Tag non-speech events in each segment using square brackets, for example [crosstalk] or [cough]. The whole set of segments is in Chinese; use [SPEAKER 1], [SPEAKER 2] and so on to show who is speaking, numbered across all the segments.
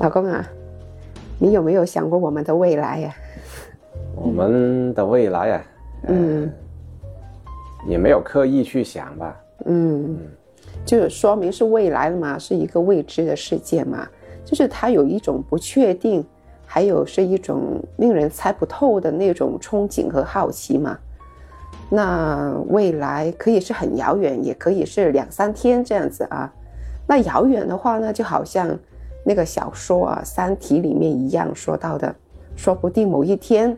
[SPEAKER 1] 老公啊，你有没有想过我们的未来呀、
[SPEAKER 2] 我们的未来啊，呃
[SPEAKER 1] 嗯
[SPEAKER 2] 也没有刻意去想吧。
[SPEAKER 1] 嗯，就说明是未来了嘛，是一个未知的世界嘛，就是它有一种不确定，还有是一种令人猜不透的那种憧憬和好奇嘛。那未来可以是很遥远，也可以是两三天这样子啊。那遥远的话呢，就好像那个小说啊《三体》里面一样说到的，说不定某一天，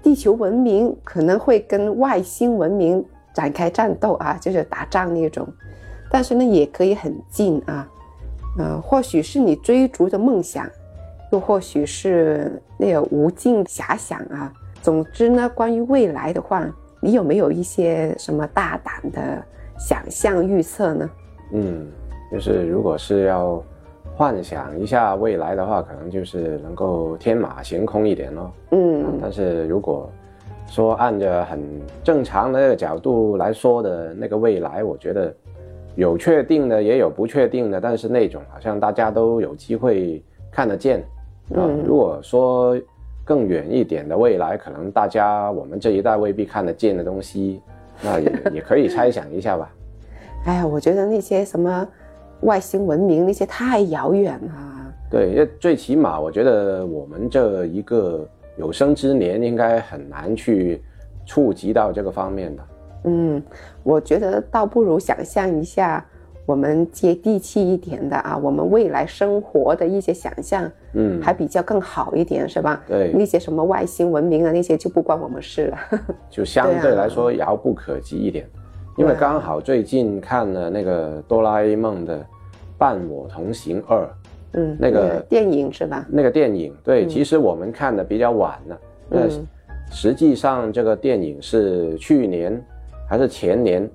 [SPEAKER 1] 地球文明可能会跟外星文明展开战斗啊，就是打仗那种。但是呢，也可以很近啊，呃，或许是你追逐的梦想，又或许是那个无尽遐想啊。总之呢，关于未来的话，你有没有一些什么大胆的想象预测呢？
[SPEAKER 2] 嗯，就是如果是要幻想一下未来的话，可能就是能够天马行空一点咯。
[SPEAKER 1] 嗯
[SPEAKER 2] 但是如果说按着很正常的那个角度来说的那个未来，我觉得有确定的，也有不确定的，但是那种好像大家都有机会看得见。啊
[SPEAKER 1] 嗯，
[SPEAKER 2] 如果说更远一点的未来，可能大家我们这一代未必看得见的东西，那也也可以猜想一下吧。
[SPEAKER 1] 哎呀，我觉得那些什么外星文明那些太遥远了。啊
[SPEAKER 2] 对，因为最起码我觉得我们这一个有生之年应该很难去触及到这个方面吧。
[SPEAKER 1] 嗯，我觉得倒不如想象一下我们接地气一点的啊，我们未来生活的一些想象，
[SPEAKER 2] 嗯，
[SPEAKER 1] 还比较更好一点，是吧？
[SPEAKER 2] 对
[SPEAKER 1] 那些什么外星文明啊，那些就不关我们事了。
[SPEAKER 2] 就相对来说遥不可及一点，因为刚好最近看了那个《哆啦 A 梦》的《伴我同行二》
[SPEAKER 1] 嗯，
[SPEAKER 2] 那个
[SPEAKER 1] 电影是吧？
[SPEAKER 2] 那个电影，对，其实我们看的比较晚了，那
[SPEAKER 1] 嗯
[SPEAKER 2] 实际上这个电影是去年还是前年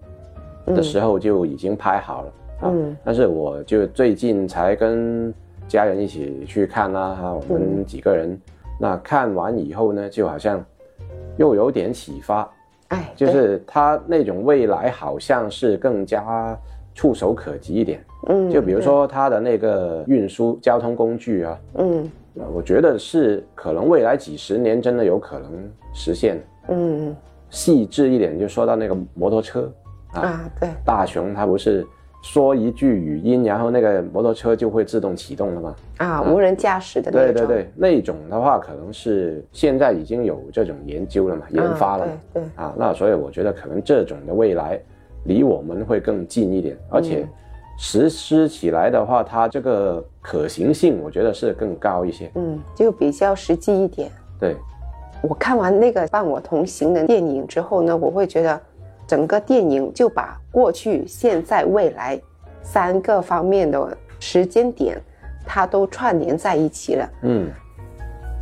[SPEAKER 2] 的时候就已经拍好了。啊
[SPEAKER 1] 嗯
[SPEAKER 2] 但是我就最近才跟家人一起去看啦、哈、我们几个人，那看完以后呢，就好像又有点启发，
[SPEAKER 1] 哎，
[SPEAKER 2] 就
[SPEAKER 1] 对
[SPEAKER 2] 是它那种未来好像是更加触手可及一点。
[SPEAKER 1] 嗯，
[SPEAKER 2] 就比如说它的那个运输交通工具啊，
[SPEAKER 1] 嗯
[SPEAKER 2] 呃我觉得是可能未来几十年真的有可能实现。
[SPEAKER 1] 嗯
[SPEAKER 2] 细致一点，就说到那个摩托车，啊
[SPEAKER 1] 啊，对，
[SPEAKER 2] 大雄他不是说一句语音，然后那个摩托车就会自动启动了吗？
[SPEAKER 1] 啊，无人驾驶的那
[SPEAKER 2] 对
[SPEAKER 1] 种，
[SPEAKER 2] 对对，那种的话可能是现在已经有这种研究了嘛，研发了嘛
[SPEAKER 1] 啊，对对，
[SPEAKER 2] 啊，那所以我觉得可能这种的未来离我们会更近一点，而且实施起来的话，它这个可行性我觉得是更高一些。
[SPEAKER 1] 嗯，就比较实际一点。
[SPEAKER 2] 对，
[SPEAKER 1] 我看完那个《伴我同行》的电影之后呢，我会觉得整个电影就把过去、现在、未来三个方面的时间点，它都串联在一起了。
[SPEAKER 2] 嗯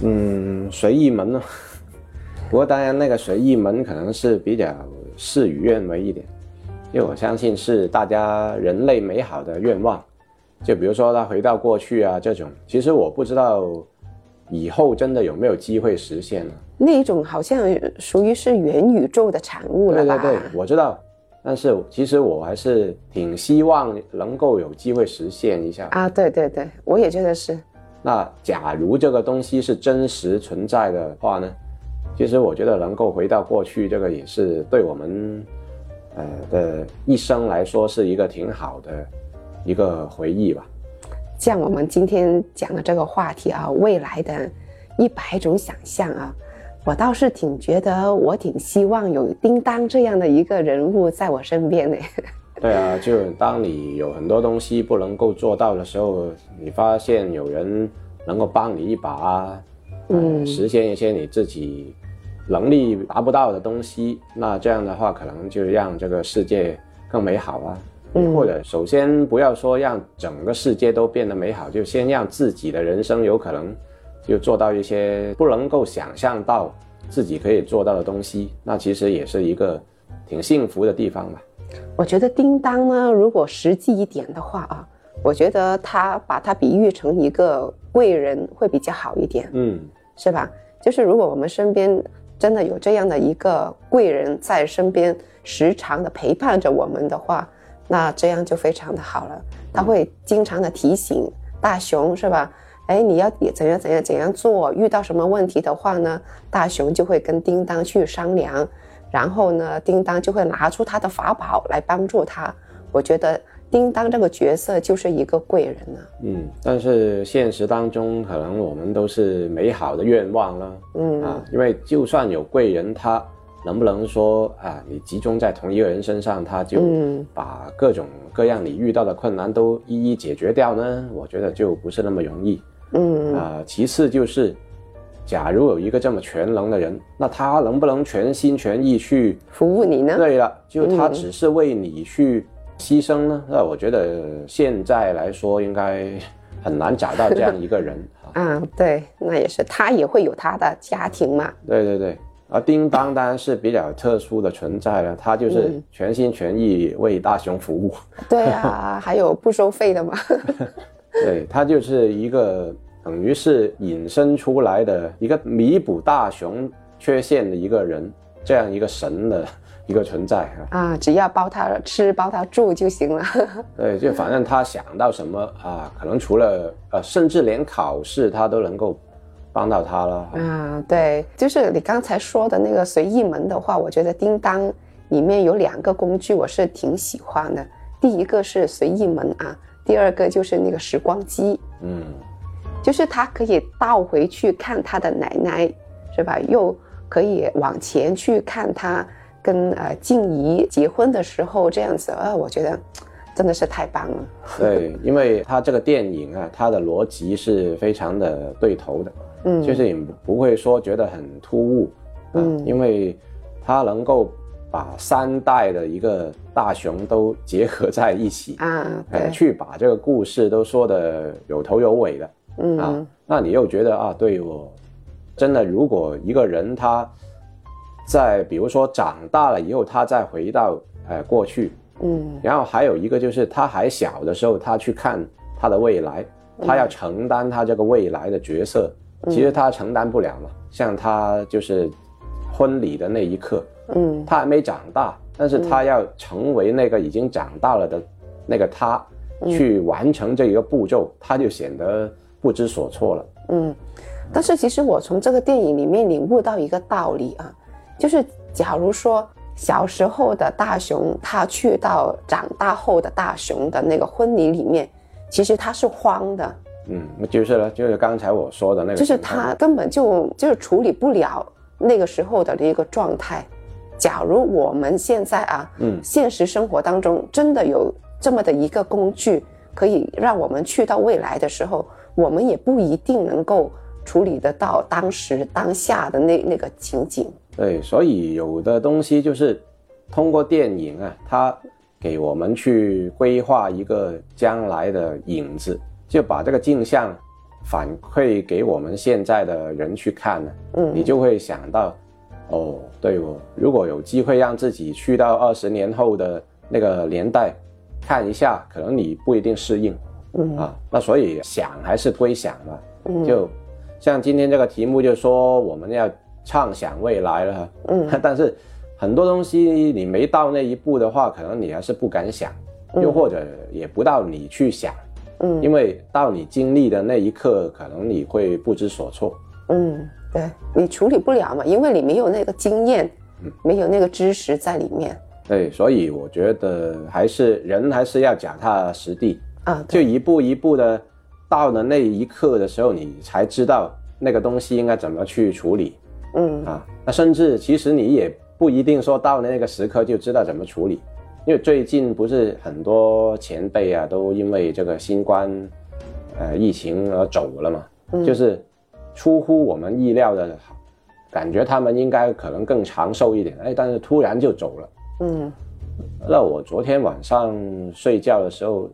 [SPEAKER 2] 嗯，随意门呢、 [laughs] 不过当然那个随意门可能是比较事与愿违一点，因为我相信是大家人类美好的愿望，就比如说他回到过去啊这种，其实我不知道以后真的有没有机会实现了。
[SPEAKER 1] 那一种好像属于是元宇宙的产物了
[SPEAKER 2] 对对
[SPEAKER 1] 吧？
[SPEAKER 2] 对，我知道，但是其实我还是挺希望能够有机会实现一下。
[SPEAKER 1] 啊，对对对，我也觉得是。
[SPEAKER 2] 那假如这个东西是真实存在的话呢？其实我觉得能够回到过去，这个也是对我们，呃的一生来说是一个挺好的一个回忆吧。
[SPEAKER 1] 像我们今天讲的这个话题啊，未来的一百种想象啊，我倒是挺觉得，我挺希望有叮当这样的一个人物在我身边
[SPEAKER 2] [laughs]
[SPEAKER 1] 呢。
[SPEAKER 2] 对啊，就当你有很多东西不能够做到的时候，你发现有人能够帮你一把啊，
[SPEAKER 1] 嗯
[SPEAKER 2] 嗯，实现一些你自己能力达不到的东西，那这样的话，可能就让这个世界更美好啊。
[SPEAKER 1] 嗯
[SPEAKER 2] 或者首先不要说让整个世界都变得美好，就先让自己的人生有可能就做到一些不能够想象到自己可以做到的东西，那其实也是一个挺幸福的地方吧。
[SPEAKER 1] 我觉得叮当呢，如果实际一点的话啊，我觉得他把它比喻成一个贵人会比较好一点，
[SPEAKER 2] 嗯，
[SPEAKER 1] 是吧？就是如果我们身边真的有这样的一个贵人在身边，时常的陪伴着我们的话，那这样就非常的好了。他会经常的提醒大熊，是吧？哎，你要怎样怎样怎样做？遇到什么问题的话呢，大熊就会跟叮当去商量，然后呢，叮当就会拿出他的法宝来帮助他。我觉得叮当这个角色就是一个贵人呢、
[SPEAKER 2] 嗯，但是现实当中，可能我们都是美好的愿望了、
[SPEAKER 1] 嗯
[SPEAKER 2] 啊，因为就算有贵人，他能不能说啊，你集中在同一个人身上，他就
[SPEAKER 1] 嗯
[SPEAKER 2] 把各种各样你遇到的困难都一一解决掉呢？我觉得就不是那么容易
[SPEAKER 1] 嗯。
[SPEAKER 2] 啊、其次就是，假如有一个这么全能的人，那他能不能全心全意去
[SPEAKER 1] 服务你呢？
[SPEAKER 2] 对了，就他
[SPEAKER 1] 嗯
[SPEAKER 2] 只是为你去牺牲呢，那我觉得现在来说应该很难找到这样一个人啊。
[SPEAKER 1] 啊，对，那也是，他也会有他的家庭嘛。
[SPEAKER 2] 对对对，而叮当当然是比较特殊的存在了，他就是
[SPEAKER 1] 嗯
[SPEAKER 2] 全心全意为大雄服务，
[SPEAKER 1] 对啊，还有不收费的嘛。 [laughs]
[SPEAKER 2] 对他就是一个等于是引申出来的一个弥补大雄缺陷的一个人，这样一个神的一个存在啊。
[SPEAKER 1] 啊，只要包他吃包他住就行了。 [laughs]
[SPEAKER 2] 对，就反正他想到什么啊，可能除了呃，甚至连考试他都能够帮到他了。
[SPEAKER 1] 啊，对，就是你刚才说的那个随意门的话，我觉得叮当里面有两个工具我是挺喜欢的，第一个是随意门啊，第二个就是那个时光机。
[SPEAKER 2] 嗯，
[SPEAKER 1] 就是他可以倒回去看他的奶奶，是吧？又可以往前去看他跟呃静怡结婚的时候这样子，呃，我觉得嘖真的是太棒了。
[SPEAKER 2] 对，因为他这个电影啊，他的逻辑是非常的对头的，
[SPEAKER 1] 嗯，
[SPEAKER 2] 就是你不会说觉得很突兀，啊
[SPEAKER 1] 嗯
[SPEAKER 2] 因为他能够把三代的一个大熊都结合在一起，
[SPEAKER 1] 啊，
[SPEAKER 2] 呃，
[SPEAKER 1] 对，
[SPEAKER 2] 去把这个故事都说的有头有尾的。
[SPEAKER 1] 嗯、
[SPEAKER 2] 啊，那你又觉得啊，对我真的，如果一个人他在比如说长大了以后，他再回到呃过去，
[SPEAKER 1] 嗯，
[SPEAKER 2] 然后还有一个就是他还小的时候，他去看他的未来，他要承担他这个未来的角色，其实他承担不了嘛。像他就是婚礼的那一刻，
[SPEAKER 1] 嗯
[SPEAKER 2] 他还没长大，但是他要成为那个已经长大了的那个他，去完成这一个步骤，他就显得不知所措了。
[SPEAKER 1] 嗯。但是其实我从这个电影里面领悟到一个道理啊，就是假如说小时候的大熊，他去到长大后的大熊的那个婚礼里面，其实他是慌的。
[SPEAKER 2] 嗯，就是了，就是刚才我说的那个
[SPEAKER 1] 就是
[SPEAKER 2] 情况，
[SPEAKER 1] 他根本就就是处理不了那个时候的一个状态。假如我们现在啊，
[SPEAKER 2] 嗯
[SPEAKER 1] 现实生活当中真的有这么的一个工具，可以让我们去到未来的时候，我们也不一定能够处理得到当时当下的那那个情景。
[SPEAKER 2] 对，所以有的东西就是通过电影啊，它给我们去规划一个将来的影子，就把这个镜像反馈给我们现在的人去看呢、
[SPEAKER 1] 嗯
[SPEAKER 2] 你就会想到，哦，对我如果有机会让自己去到二十年后的那个年代看一下，可能你不一定适应，
[SPEAKER 1] 嗯
[SPEAKER 2] 啊，那所以想还是归想嘛，
[SPEAKER 1] 嗯
[SPEAKER 2] 就像今天这个题目就说我们要畅想未来了，
[SPEAKER 1] 嗯，
[SPEAKER 2] [laughs] 但是很多东西你没到那一步的话，可能你还是不敢想，又或者也不到你去想，
[SPEAKER 1] 嗯
[SPEAKER 2] 因为到你经历的那一刻，可能你会不知所措。
[SPEAKER 1] 嗯，对你处理不了嘛，因为你没有那个经验，
[SPEAKER 2] 嗯
[SPEAKER 1] 没有那个知识在里面
[SPEAKER 2] 对，所以我觉得还是人还是要脚踏实地，
[SPEAKER 1] 啊。对
[SPEAKER 2] 就一步一步的到了那一刻的时候，你才知道那个东西应该怎么去处理。
[SPEAKER 1] 嗯
[SPEAKER 2] 啊，那甚至其实你也不一定说到那个时刻就知道怎么处理，因为最近不是很多前辈啊都因为这个新冠呃疫情而走了嘛，就是出乎我们意料的，感觉他们应该可能更长寿一点，哎，但是突然就走了。
[SPEAKER 1] 嗯
[SPEAKER 2] 那我昨天晚上睡觉的时候，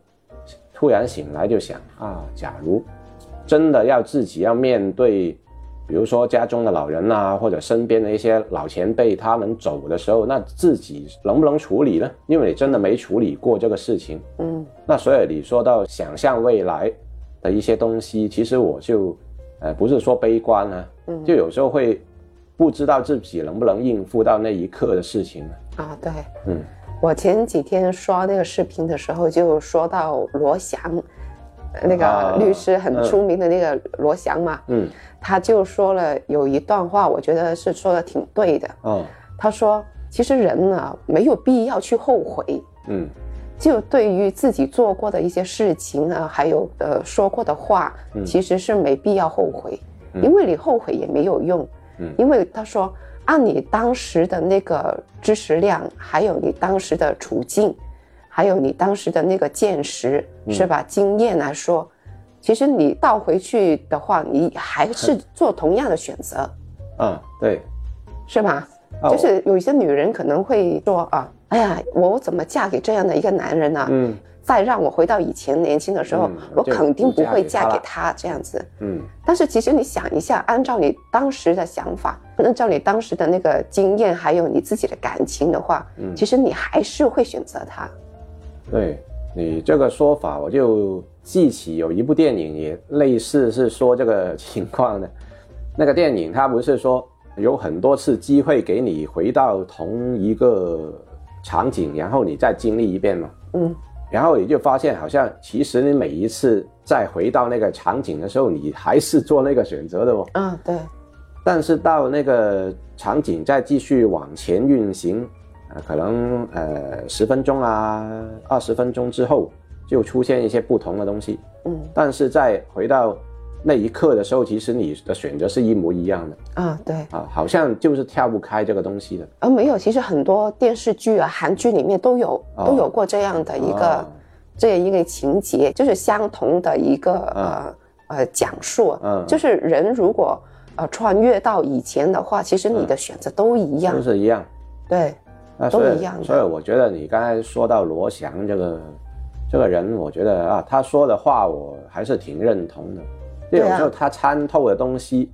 [SPEAKER 2] 突然醒来就想啊，假如真的要自己要面对，比如说家中的老人啊，或者身边的一些老前辈他们走的时候，那自己能不能处理呢？因为你真的没处理过这个事情。
[SPEAKER 1] 嗯
[SPEAKER 2] 那所以你说到想象未来的一些东西，其实我就，呃，不是说悲观啊，
[SPEAKER 1] 嗯
[SPEAKER 2] 就有时候会不知道自己能不能应付到那一刻的事情啊。
[SPEAKER 1] 啊，对，
[SPEAKER 2] 嗯，
[SPEAKER 1] 我前几天刷那个视频的时候，就说到罗翔，呃那
[SPEAKER 2] 啊
[SPEAKER 1] 个律师很
[SPEAKER 2] 嗯
[SPEAKER 1] 出名的那个罗翔嘛，
[SPEAKER 2] 嗯，
[SPEAKER 1] 他就说了有一段话，我觉得是说的挺对的。
[SPEAKER 2] 哦，
[SPEAKER 1] 他说，其实人呢没有必要去后悔，
[SPEAKER 2] 嗯，
[SPEAKER 1] 就对于自己做过的一些事情啊，还有呃说过的话，
[SPEAKER 2] 嗯
[SPEAKER 1] 其实是没必要后悔，
[SPEAKER 2] 嗯
[SPEAKER 1] 因为你后悔也没有用，
[SPEAKER 2] 嗯
[SPEAKER 1] 因为他说按你当时的那个知识量，还有你当时的处境，还有你当时的那个见识，
[SPEAKER 2] 嗯
[SPEAKER 1] 是吧？经验来说，其实你倒回去的话，你还是做同样的选择，
[SPEAKER 2] 啊，对，
[SPEAKER 1] 是吧？
[SPEAKER 2] 啊
[SPEAKER 1] 就
[SPEAKER 2] 我
[SPEAKER 1] 是有一些女人可能会说啊，哎呀，我怎么嫁给这样的一个男人呢、
[SPEAKER 2] 嗯
[SPEAKER 1] 再让我回到以前年轻的时候，
[SPEAKER 2] 嗯
[SPEAKER 1] 我
[SPEAKER 2] 就
[SPEAKER 1] 肯定不会嫁给
[SPEAKER 2] 不嫁给
[SPEAKER 1] 他这样子。
[SPEAKER 2] 嗯
[SPEAKER 1] 但是其实你想一下，按照你当时的想法，按照你当时的那个经验，还有你自己的感情的话，
[SPEAKER 2] 嗯
[SPEAKER 1] 其，实你还是会选择他。
[SPEAKER 2] 对你这个说法，我就记起有一部电影也类似是说这个情况的。那个电影它不是说有很多次机会给你回到同一个场景，然后你再经历一遍吗？
[SPEAKER 1] 嗯
[SPEAKER 2] 然后你就发现，好像其实你每一次再回到那个场景的时候，你还是做那个选择的哦。
[SPEAKER 1] 啊，对，
[SPEAKER 2] 但是到那个场景再继续往前运行，呃，可能呃十分钟啊、二十分钟之后，就出现一些不同的东西。
[SPEAKER 1] 嗯
[SPEAKER 2] 但是再回到那一刻的时候，其实你的选择是一模一样的
[SPEAKER 1] 啊，对。
[SPEAKER 2] 啊，好像就是跳不开这个东西的。
[SPEAKER 1] 而没有，其实很多电视剧啊、韩剧里面都有、
[SPEAKER 2] 哦
[SPEAKER 1] 都有过这样的一个、
[SPEAKER 2] 啊
[SPEAKER 1] 这样一个情节，就是相同的一个、呃呃讲述，
[SPEAKER 2] 嗯
[SPEAKER 1] 就是人如果呃穿越到以前的话，其实你的选择都一样，
[SPEAKER 2] 都是一样。
[SPEAKER 1] 对，
[SPEAKER 2] 那
[SPEAKER 1] 都
[SPEAKER 2] 啊所以
[SPEAKER 1] 一样的
[SPEAKER 2] 所以我觉得你刚才说到罗翔这个这个人，我觉得啊，他说的话我还是挺认同的。就
[SPEAKER 1] 对
[SPEAKER 2] 有
[SPEAKER 1] 啊
[SPEAKER 2] 时候他参透的东西，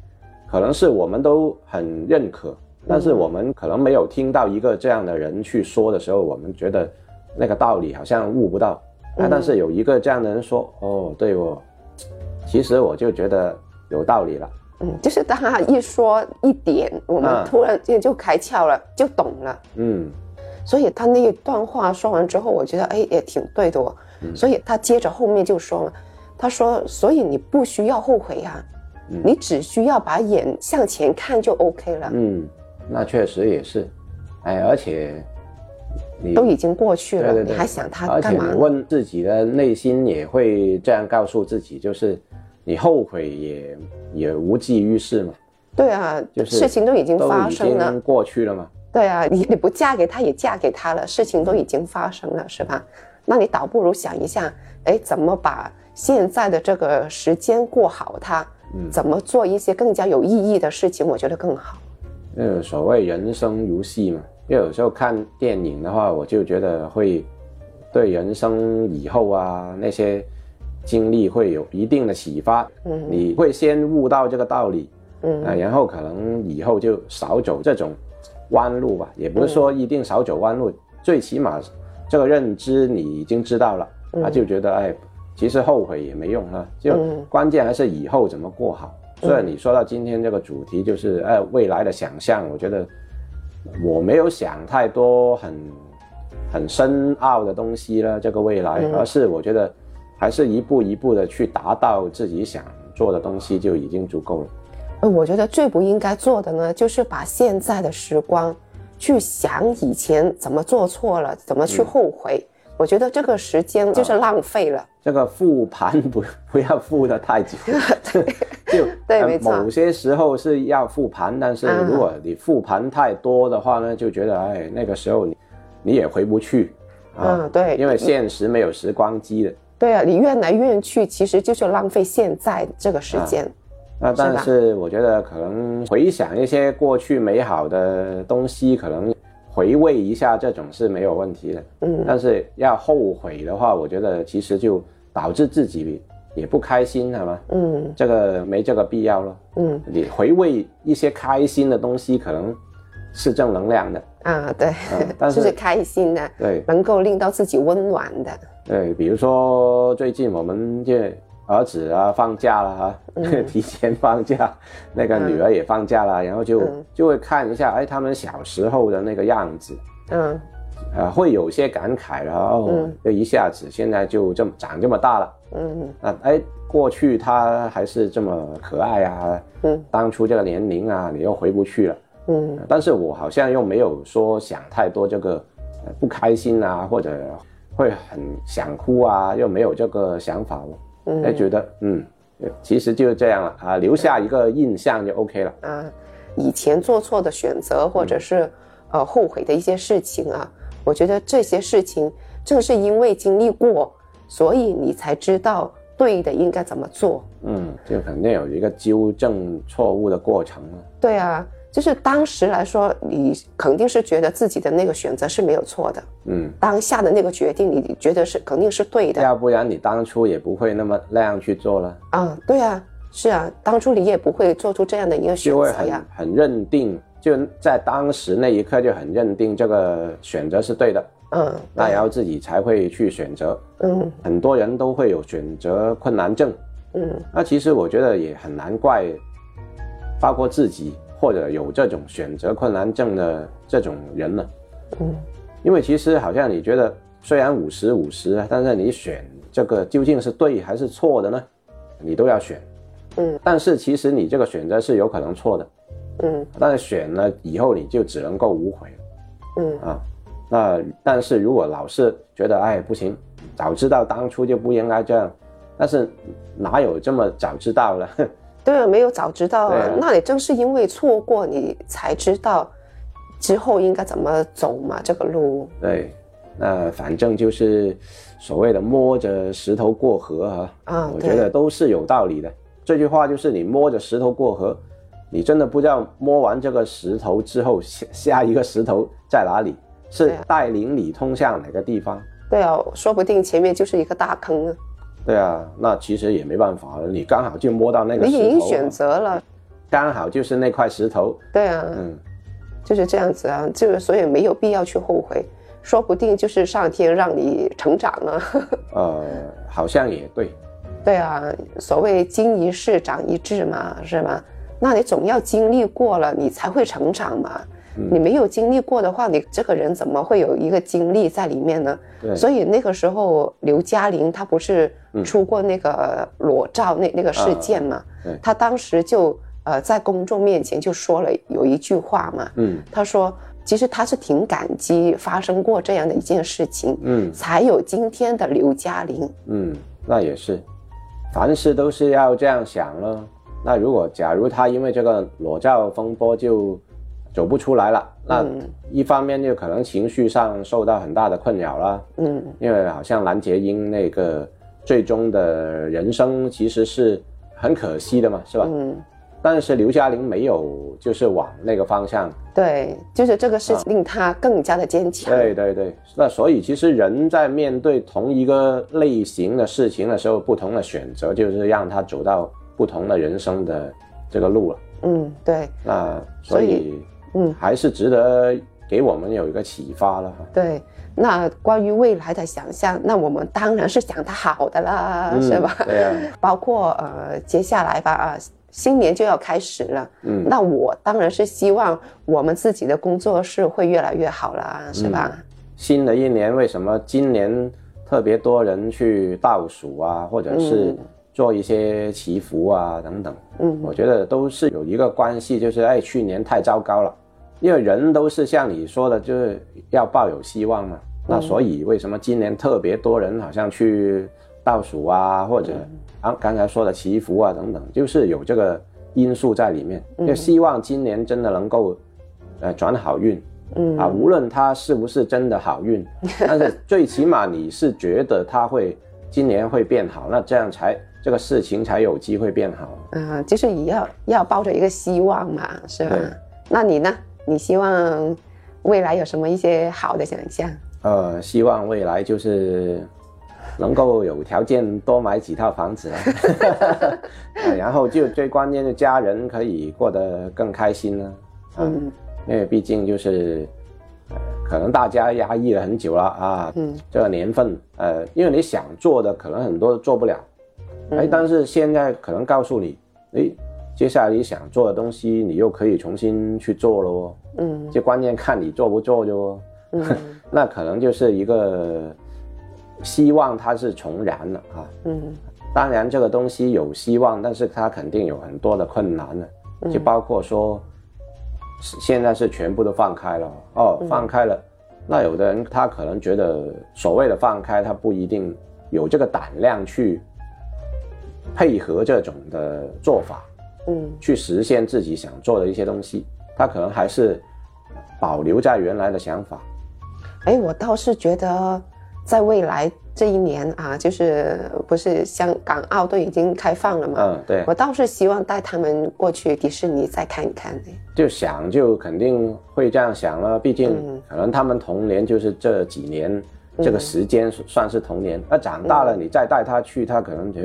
[SPEAKER 2] 可能是我们都很认可，但
[SPEAKER 1] 嗯
[SPEAKER 2] 是我们可能没有听到一个这样的人去说的时候，我们觉得那个道理好像悟不到。那、
[SPEAKER 1] 嗯
[SPEAKER 2] 但是有一个这样的人说，哦，对我，其实我就觉得有道理了。
[SPEAKER 1] 嗯，就是当他一说一点，我们
[SPEAKER 2] 嗯
[SPEAKER 1] 突然间就开窍了，就懂了。
[SPEAKER 2] 嗯
[SPEAKER 1] 所以他那一段话说完之后，我觉得哎也挺对的哦。
[SPEAKER 2] 嗯
[SPEAKER 1] 所以他接着后面就说了，他说：“所以你不需要后悔啊，
[SPEAKER 2] 嗯
[SPEAKER 1] 你只需要把眼向前看就 OK 了，
[SPEAKER 2] 嗯，那确实也是。哎，而且你
[SPEAKER 1] 都已经过去了，
[SPEAKER 2] 对对对
[SPEAKER 1] 你还想他
[SPEAKER 2] 而且
[SPEAKER 1] 啊干
[SPEAKER 2] 你
[SPEAKER 1] 嘛呢？”
[SPEAKER 2] 问自己的内心也会这样告诉自己，就是你后悔也也无济于事嘛，
[SPEAKER 1] 对啊，
[SPEAKER 2] 就是
[SPEAKER 1] 事情都已经
[SPEAKER 2] 都
[SPEAKER 1] 发
[SPEAKER 2] 已
[SPEAKER 1] 生了
[SPEAKER 2] 经。过去了嘛。
[SPEAKER 1] 对啊， [laughs] 你你不嫁给他也嫁给他了，事情都已经发生了，是吧？那你倒不如想一下，哎，怎么把现在的这个时间过好它，
[SPEAKER 2] 嗯
[SPEAKER 1] 怎么做一些更加有意义的事情，我觉得更好。
[SPEAKER 2] 呃，所谓人生如戏嘛，因为有时候看电影的话，我就觉得会对人生以后啊那些经历会有一定的启发。
[SPEAKER 1] 嗯
[SPEAKER 2] 你会先悟到这个道理，
[SPEAKER 1] 嗯
[SPEAKER 2] 啊，然后可能以后就少走这种弯路吧，也不是说一定少走弯路，最起码这个认知你已经知道了，啊，就觉得哎，其实后悔也没用啊，就
[SPEAKER 1] 嗯
[SPEAKER 2] 关键还是以后怎么过好。所以你说到今天这个主题，就是哎未来的想象，我觉得我没有想太多很很深奥的东西了，这个未来，
[SPEAKER 1] 嗯
[SPEAKER 2] 而是我觉得还是一步一步的去达到自己想做的东西就已经足够了。哎
[SPEAKER 1] 呃我觉得最不应该做的呢，就是把现在的时光去想以前怎么做错了，怎么
[SPEAKER 2] 嗯
[SPEAKER 1] 去后悔。我觉得这个时
[SPEAKER 2] 啊
[SPEAKER 1] 间就是浪费了。
[SPEAKER 2] 这个复盘不 [laughs] 不要复的太久，就
[SPEAKER 1] 对
[SPEAKER 2] 呃
[SPEAKER 1] 没错
[SPEAKER 2] 某些时候是要复盘，但是
[SPEAKER 1] 嗯
[SPEAKER 2] 如果你复盘太多的话呢，就觉得哎，那个时候你你也回不去啊，
[SPEAKER 1] 嗯，对，
[SPEAKER 2] 因为现实没有时光机的。
[SPEAKER 1] 对啊，你怨来怨去，其实就是浪费现在这个时
[SPEAKER 2] 啊
[SPEAKER 1] 间。
[SPEAKER 2] 那但
[SPEAKER 1] 吧
[SPEAKER 2] 是我觉得可能回想一些过去美好的东西，可能回味一下这种是没有问题的。
[SPEAKER 1] 嗯
[SPEAKER 2] 但是要后悔的话，我觉得其实就导致自己也不开心，好吗？
[SPEAKER 1] 嗯
[SPEAKER 2] 这个没这个必要咯。
[SPEAKER 1] 嗯
[SPEAKER 2] 你回味一些开心的东西，可能是正能量的。
[SPEAKER 1] 啊，对，
[SPEAKER 2] 嗯但
[SPEAKER 1] 就是是开心的，
[SPEAKER 2] 对
[SPEAKER 1] 能够令到自己温暖的，
[SPEAKER 2] 对，比如说最近我们这儿子啊放假了啊，
[SPEAKER 1] 嗯
[SPEAKER 2] [laughs] 提前放假，那个女儿也放假了，然后就、
[SPEAKER 1] 嗯
[SPEAKER 2] 就会看一下，哎，他们小时候的那个样子，
[SPEAKER 1] 嗯
[SPEAKER 2] 呃，会有些感慨了哦，
[SPEAKER 1] 嗯
[SPEAKER 2] 就一下子现在就这么长这么大了，
[SPEAKER 1] 嗯
[SPEAKER 2] 啊，哎，过去他还是这么可爱啊，
[SPEAKER 1] 嗯
[SPEAKER 2] 当初这个年龄啊，你又回不去了。
[SPEAKER 1] 嗯
[SPEAKER 2] 但是我好像又没有说想太多这个呃不开心啊，或者会很想哭啊，又没有这个想法了，
[SPEAKER 1] 嗯
[SPEAKER 2] 哎、觉得嗯，其实就是这样了啊，留下一个印象就 OK 了。
[SPEAKER 1] 啊，以前做错的选择，或者
[SPEAKER 2] 嗯
[SPEAKER 1] 是呃后悔的一些事情啊，我觉得这些事情正是因为经历过，所以你才知道对的应该怎么做。
[SPEAKER 2] 嗯，就肯定有一个纠正错误的过程了。
[SPEAKER 1] 对啊，就是当时来说，你肯定是觉得自己的那个选择是没有错的，
[SPEAKER 2] 嗯，
[SPEAKER 1] 当下的那个决定你觉得是肯定是对的
[SPEAKER 2] 要不然你当初也不会那么那样去做了，
[SPEAKER 1] 啊，对啊，是啊，当初你也不会做出这样的一个选
[SPEAKER 2] 就会
[SPEAKER 1] 择
[SPEAKER 2] 很
[SPEAKER 1] 呀，
[SPEAKER 2] 很认定，就在当时那一刻就很认定这个选择是对的，
[SPEAKER 1] 嗯，
[SPEAKER 2] 那
[SPEAKER 1] 对
[SPEAKER 2] 然后自己才会去选择。
[SPEAKER 1] 嗯
[SPEAKER 2] 很多人都会有选择困难症，
[SPEAKER 1] 嗯
[SPEAKER 2] 那其实我觉得也很难怪，包括自己或者有这种选择困难症的这种人了，
[SPEAKER 1] 嗯
[SPEAKER 2] 因为其实好像你觉得虽然五十五十，但是你选这个究竟是对还是错的呢？你都要选，
[SPEAKER 1] 嗯，
[SPEAKER 2] 但是其实你这个选择是有可能错的，
[SPEAKER 1] 嗯
[SPEAKER 2] 但是选了以后你就只能够无悔了。
[SPEAKER 1] 嗯
[SPEAKER 2] 啊。那但是如果老是觉得哎不行，早知道当初就不应该这样，但是哪有这么早知道了？
[SPEAKER 1] 对啊，没有早知道
[SPEAKER 2] 对
[SPEAKER 1] 啊
[SPEAKER 2] 啊，
[SPEAKER 1] 那你正是因为错过，你才知道之后应该怎么走嘛，这个路，
[SPEAKER 2] [laughs] 对，那反正就是所谓的摸着石头过河啊，
[SPEAKER 1] 啊
[SPEAKER 2] 我
[SPEAKER 1] 对
[SPEAKER 2] 觉得都是有道理的。这句话就是你摸着石头过河，你真的不知道摸完这个石头之后下下一个石头在哪里，是
[SPEAKER 1] 对啊
[SPEAKER 2] 带领你通向哪个地方。
[SPEAKER 1] 对啊，说不定前面就是一个大坑啊，
[SPEAKER 2] 对啊，那其实也没办法了，你刚好就摸到那个
[SPEAKER 1] 你
[SPEAKER 2] 石头啊。
[SPEAKER 1] 已经选择了，
[SPEAKER 2] 刚好就是那块石头，
[SPEAKER 1] 对啊，
[SPEAKER 2] 嗯，
[SPEAKER 1] 就是这样子啊，就是所以没有必要去后悔，说不定就是上天让你成长啊，
[SPEAKER 2] 呃，好像也对，
[SPEAKER 1] 对啊，所谓经一事长一智嘛，是吧？那你总要经历过了，你才会成长嘛。
[SPEAKER 2] 嗯
[SPEAKER 1] 你没有经历过的话，你这个人怎么会有一个经历在里面呢？
[SPEAKER 2] 对，
[SPEAKER 1] 所以那个时候，刘嘉玲她不是
[SPEAKER 2] 嗯
[SPEAKER 1] 出过那个裸照那那个事件嘛？
[SPEAKER 2] 嗯对
[SPEAKER 1] 她当时就呃在公众面前就说了有一句话嘛，
[SPEAKER 2] 嗯
[SPEAKER 1] 她说其实她是挺感激发生过这样的一件事情，
[SPEAKER 2] 嗯
[SPEAKER 1] 才有今天的刘嘉玲。
[SPEAKER 2] 嗯，那也是，凡事都是要这样想咯。那如果假如他因为这个裸照风波就走不出来了，那
[SPEAKER 1] 嗯
[SPEAKER 2] 一方面就可能情绪上受到很大的困扰啦，
[SPEAKER 1] 嗯
[SPEAKER 2] 因为好像蓝洁瑛那个最终的人生其实是很可惜的嘛，是吧？
[SPEAKER 1] 嗯，
[SPEAKER 2] 但是刘嘉玲没有就是往那个方向
[SPEAKER 1] 对，就是这个事情令她更加的坚强。
[SPEAKER 2] 对对对，那所以其实人在面对同一个类型的事情的时候，不同的选择就是让他走到不同的人生的这个路了。
[SPEAKER 1] 嗯，对
[SPEAKER 2] 那所以，
[SPEAKER 1] 所以嗯
[SPEAKER 2] 还是值得给我们有一个启发了哈。
[SPEAKER 1] 对。那关于未来的想象，那我们当然是想她好的啦，啊
[SPEAKER 2] 嗯
[SPEAKER 1] 是吧？
[SPEAKER 2] 对呀、
[SPEAKER 1] [laughs] 包括呃，接下来吧啊，新年就要开始了。
[SPEAKER 2] 嗯
[SPEAKER 1] 那我当然是希望我们自己的工作室会越来越好啦，是吧？
[SPEAKER 2] 新的一年为什么今年特别多人去倒数啊，或者是
[SPEAKER 1] 嗯
[SPEAKER 2] 做一些祈福啊等等？
[SPEAKER 1] 嗯
[SPEAKER 2] 我觉得都是有一个关系，就是哎，去年太糟糕了，因为人都是像你说的，就是要抱有希望嘛。那所以为什么今年特别多人好像去倒数啊，或者刚刚才说的祈福啊等等，就是有这个因素在里面，就希望今年真的能够呃转好运。
[SPEAKER 1] 嗯
[SPEAKER 2] 啊，无论它是不是真的好运，但是最起码你是觉得它会今年会变好，那这样才这个事情才有机会变好。
[SPEAKER 1] 嗯、就是也要要抱着一个希望嘛，是吧
[SPEAKER 2] 对？
[SPEAKER 1] 那你呢？你希望未来有什么一些好的想象？
[SPEAKER 2] 呃，希望未来就是能够有条件多买几套
[SPEAKER 1] [laughs]
[SPEAKER 2] 房子，啊呃然后就最关键的家人可以过得更开心呢、啊。
[SPEAKER 1] 嗯
[SPEAKER 2] 因为毕竟就是，呃，可能大家压抑了很久了啊，
[SPEAKER 1] 嗯
[SPEAKER 2] 这个年份，呃，因为你想做的可能很多都做不了，哎，
[SPEAKER 1] 嗯
[SPEAKER 2] 但是现在可能告诉你，哎，接下来你想做的东西，你又可以重新去做了哦，
[SPEAKER 1] 嗯
[SPEAKER 2] 就关键看你做不做就哦，
[SPEAKER 1] 嗯
[SPEAKER 2] [laughs] 那可能就是一个希望它是重燃了啊，
[SPEAKER 1] 嗯
[SPEAKER 2] 当然，这个东西有希望，但是它肯定有很多的困难呢，
[SPEAKER 1] 嗯
[SPEAKER 2] 就包括说，是现在是全部都放开了哦，
[SPEAKER 1] 嗯
[SPEAKER 2] 放开了，那有的人他可能觉得所谓的放开，他不一定有这个胆量去配合这种的做法，
[SPEAKER 1] 嗯
[SPEAKER 2] 去实现自己想做的一些东西，他可能还是保留在原来的想法。
[SPEAKER 1] 哎，我倒是觉得，在未来这一年啊，就是不是香港、澳都已经开放了嘛？
[SPEAKER 2] 嗯，对，
[SPEAKER 1] 我倒是希望带他们过去迪士尼再看一看呢。
[SPEAKER 2] 就想就肯定会这样想了，毕竟
[SPEAKER 1] 嗯
[SPEAKER 2] 可能他们童年就是这几年、这个时间算是童年，那、长大
[SPEAKER 1] 嗯
[SPEAKER 2] 了你再带他去，他可能就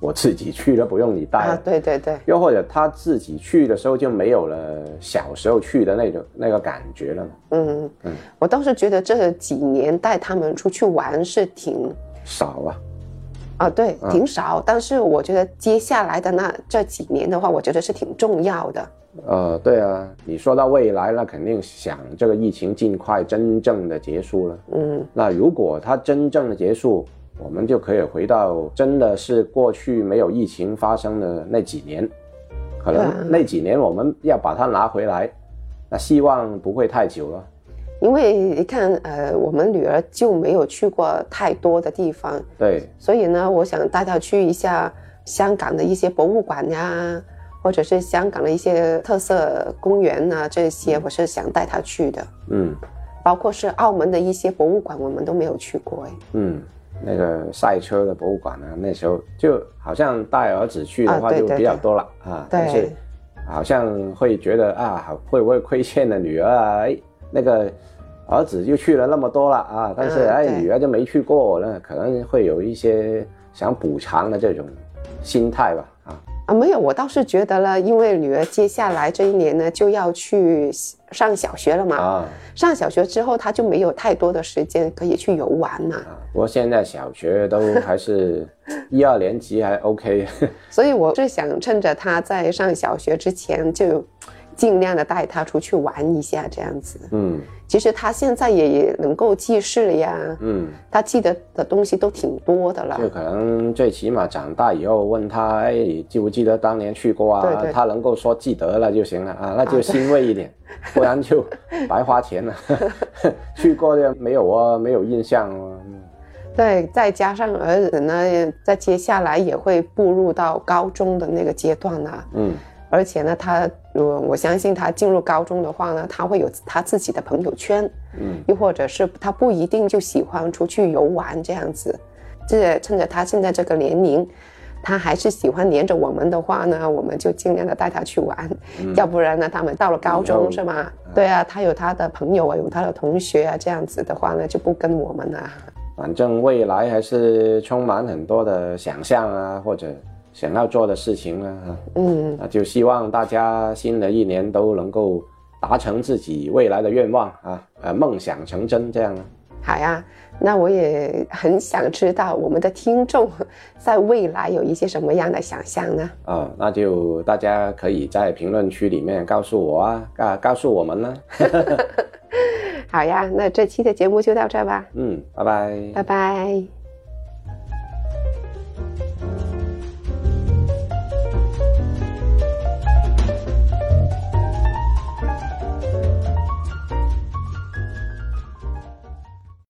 [SPEAKER 2] 我自己去了，不用你带了。
[SPEAKER 1] 啊，对对对，
[SPEAKER 2] 又或者他自己去的时候就没有了小时候去的那种那个感觉了嘛，
[SPEAKER 1] 嗯
[SPEAKER 2] 嗯，
[SPEAKER 1] 我倒是觉得这几年带他们出去玩是挺
[SPEAKER 2] 少啊，
[SPEAKER 1] 啊，对，
[SPEAKER 2] 嗯
[SPEAKER 1] 挺少。但是我觉得接下来的那这几年的话，我觉得是挺重要的。
[SPEAKER 2] 呃，对啊，你说到未来，那肯定想这个疫情尽快真正的结束了。
[SPEAKER 1] 嗯
[SPEAKER 2] 那如果它真正的结束，我们就可以回到真的是过去没有疫情发生的那几年，可
[SPEAKER 1] 对啊
[SPEAKER 2] 能那几年我们要把它拿回来，那希望不会太久了。
[SPEAKER 1] 因为你看，呃，我们女儿就没有去过太多的地方，
[SPEAKER 2] 对，
[SPEAKER 1] 所以呢，我想带她去一下香港的一些博物馆呀、或者是香港的一些特色公园呐、这些我是想带她去的。
[SPEAKER 2] 嗯
[SPEAKER 1] 包括是澳门的一些博物馆，我们都没有去过哎。
[SPEAKER 2] 嗯，那个赛车的博物馆呢、啊那时候就好像带儿子去的
[SPEAKER 1] 啊
[SPEAKER 2] 话
[SPEAKER 1] 对
[SPEAKER 2] 就
[SPEAKER 1] 对
[SPEAKER 2] 比较
[SPEAKER 1] 对
[SPEAKER 2] 多了啊，但
[SPEAKER 1] 对
[SPEAKER 2] 是好像会觉得啊，会不会亏欠了女儿啊？ [laughs] 哎，那个儿子就去了那么多了啊，但是、
[SPEAKER 1] 嗯
[SPEAKER 2] 哎，
[SPEAKER 1] 对
[SPEAKER 2] 女儿就没去过，那可能会有一些想补偿的这种心态吧啊，
[SPEAKER 1] 啊，没有，我倒是觉得呢，因为女儿接下来这一年呢就要去上小学了嘛，
[SPEAKER 2] 啊
[SPEAKER 1] 上小学之后她就没有太多的时间可以去游玩嘛，
[SPEAKER 2] 啊！不过现在小学都还是 [laughs] 一二年级还 OK， [laughs]
[SPEAKER 1] 所以我是想趁着她在上小学之前就尽量的带她出去玩一下这样子。
[SPEAKER 2] 嗯
[SPEAKER 1] 其实她现在也能够记事了呀，
[SPEAKER 2] 嗯，
[SPEAKER 1] 她记得的东西都挺多的了。
[SPEAKER 2] 就可能最起码长大以后问他，哎，你记不记得当年去过啊？
[SPEAKER 1] 对对
[SPEAKER 2] 他能够说记得了就行了啊，那
[SPEAKER 1] 啊
[SPEAKER 2] 就
[SPEAKER 1] 对
[SPEAKER 2] 欣慰一点，不然就白花钱了。去过的没有啊，没有印象啊。
[SPEAKER 1] 对，再加上儿子呢，在接下来也会步入到高中的那个阶段了。
[SPEAKER 2] 嗯，
[SPEAKER 1] 而且呢，他我我相信他进入高中的话呢，他会有他自己的朋友圈，
[SPEAKER 2] 嗯，
[SPEAKER 1] 又或者是他不一定就喜欢出去游玩这样子。这趁着他现在这个年龄，他还是喜欢黏着我们的话呢，我们就尽量的带他去玩，要不然呢，他们到了高
[SPEAKER 2] 以
[SPEAKER 1] 中
[SPEAKER 2] 后
[SPEAKER 1] 是吗？对啊，他有他的朋友啊，有他的同学啊，这样子的话呢，就不跟我们了。
[SPEAKER 2] 反正未来还是充满很多的想象啊，或者想要做的事情啊。
[SPEAKER 1] 嗯，
[SPEAKER 2] 啊，就希望大家新的一年都能够达成自己未来的愿望啊，呃，梦想成真这样啊。
[SPEAKER 1] 好呀，那我也很想知道我们的听众在未来有一些什么样的想象呢？
[SPEAKER 2] 啊、那就大家可以在评论区里面告诉我啊，啊，告诉我们呢、
[SPEAKER 1] 好呀，那这期的节目就到这儿吧，
[SPEAKER 2] 嗯，拜拜。
[SPEAKER 1] 拜拜。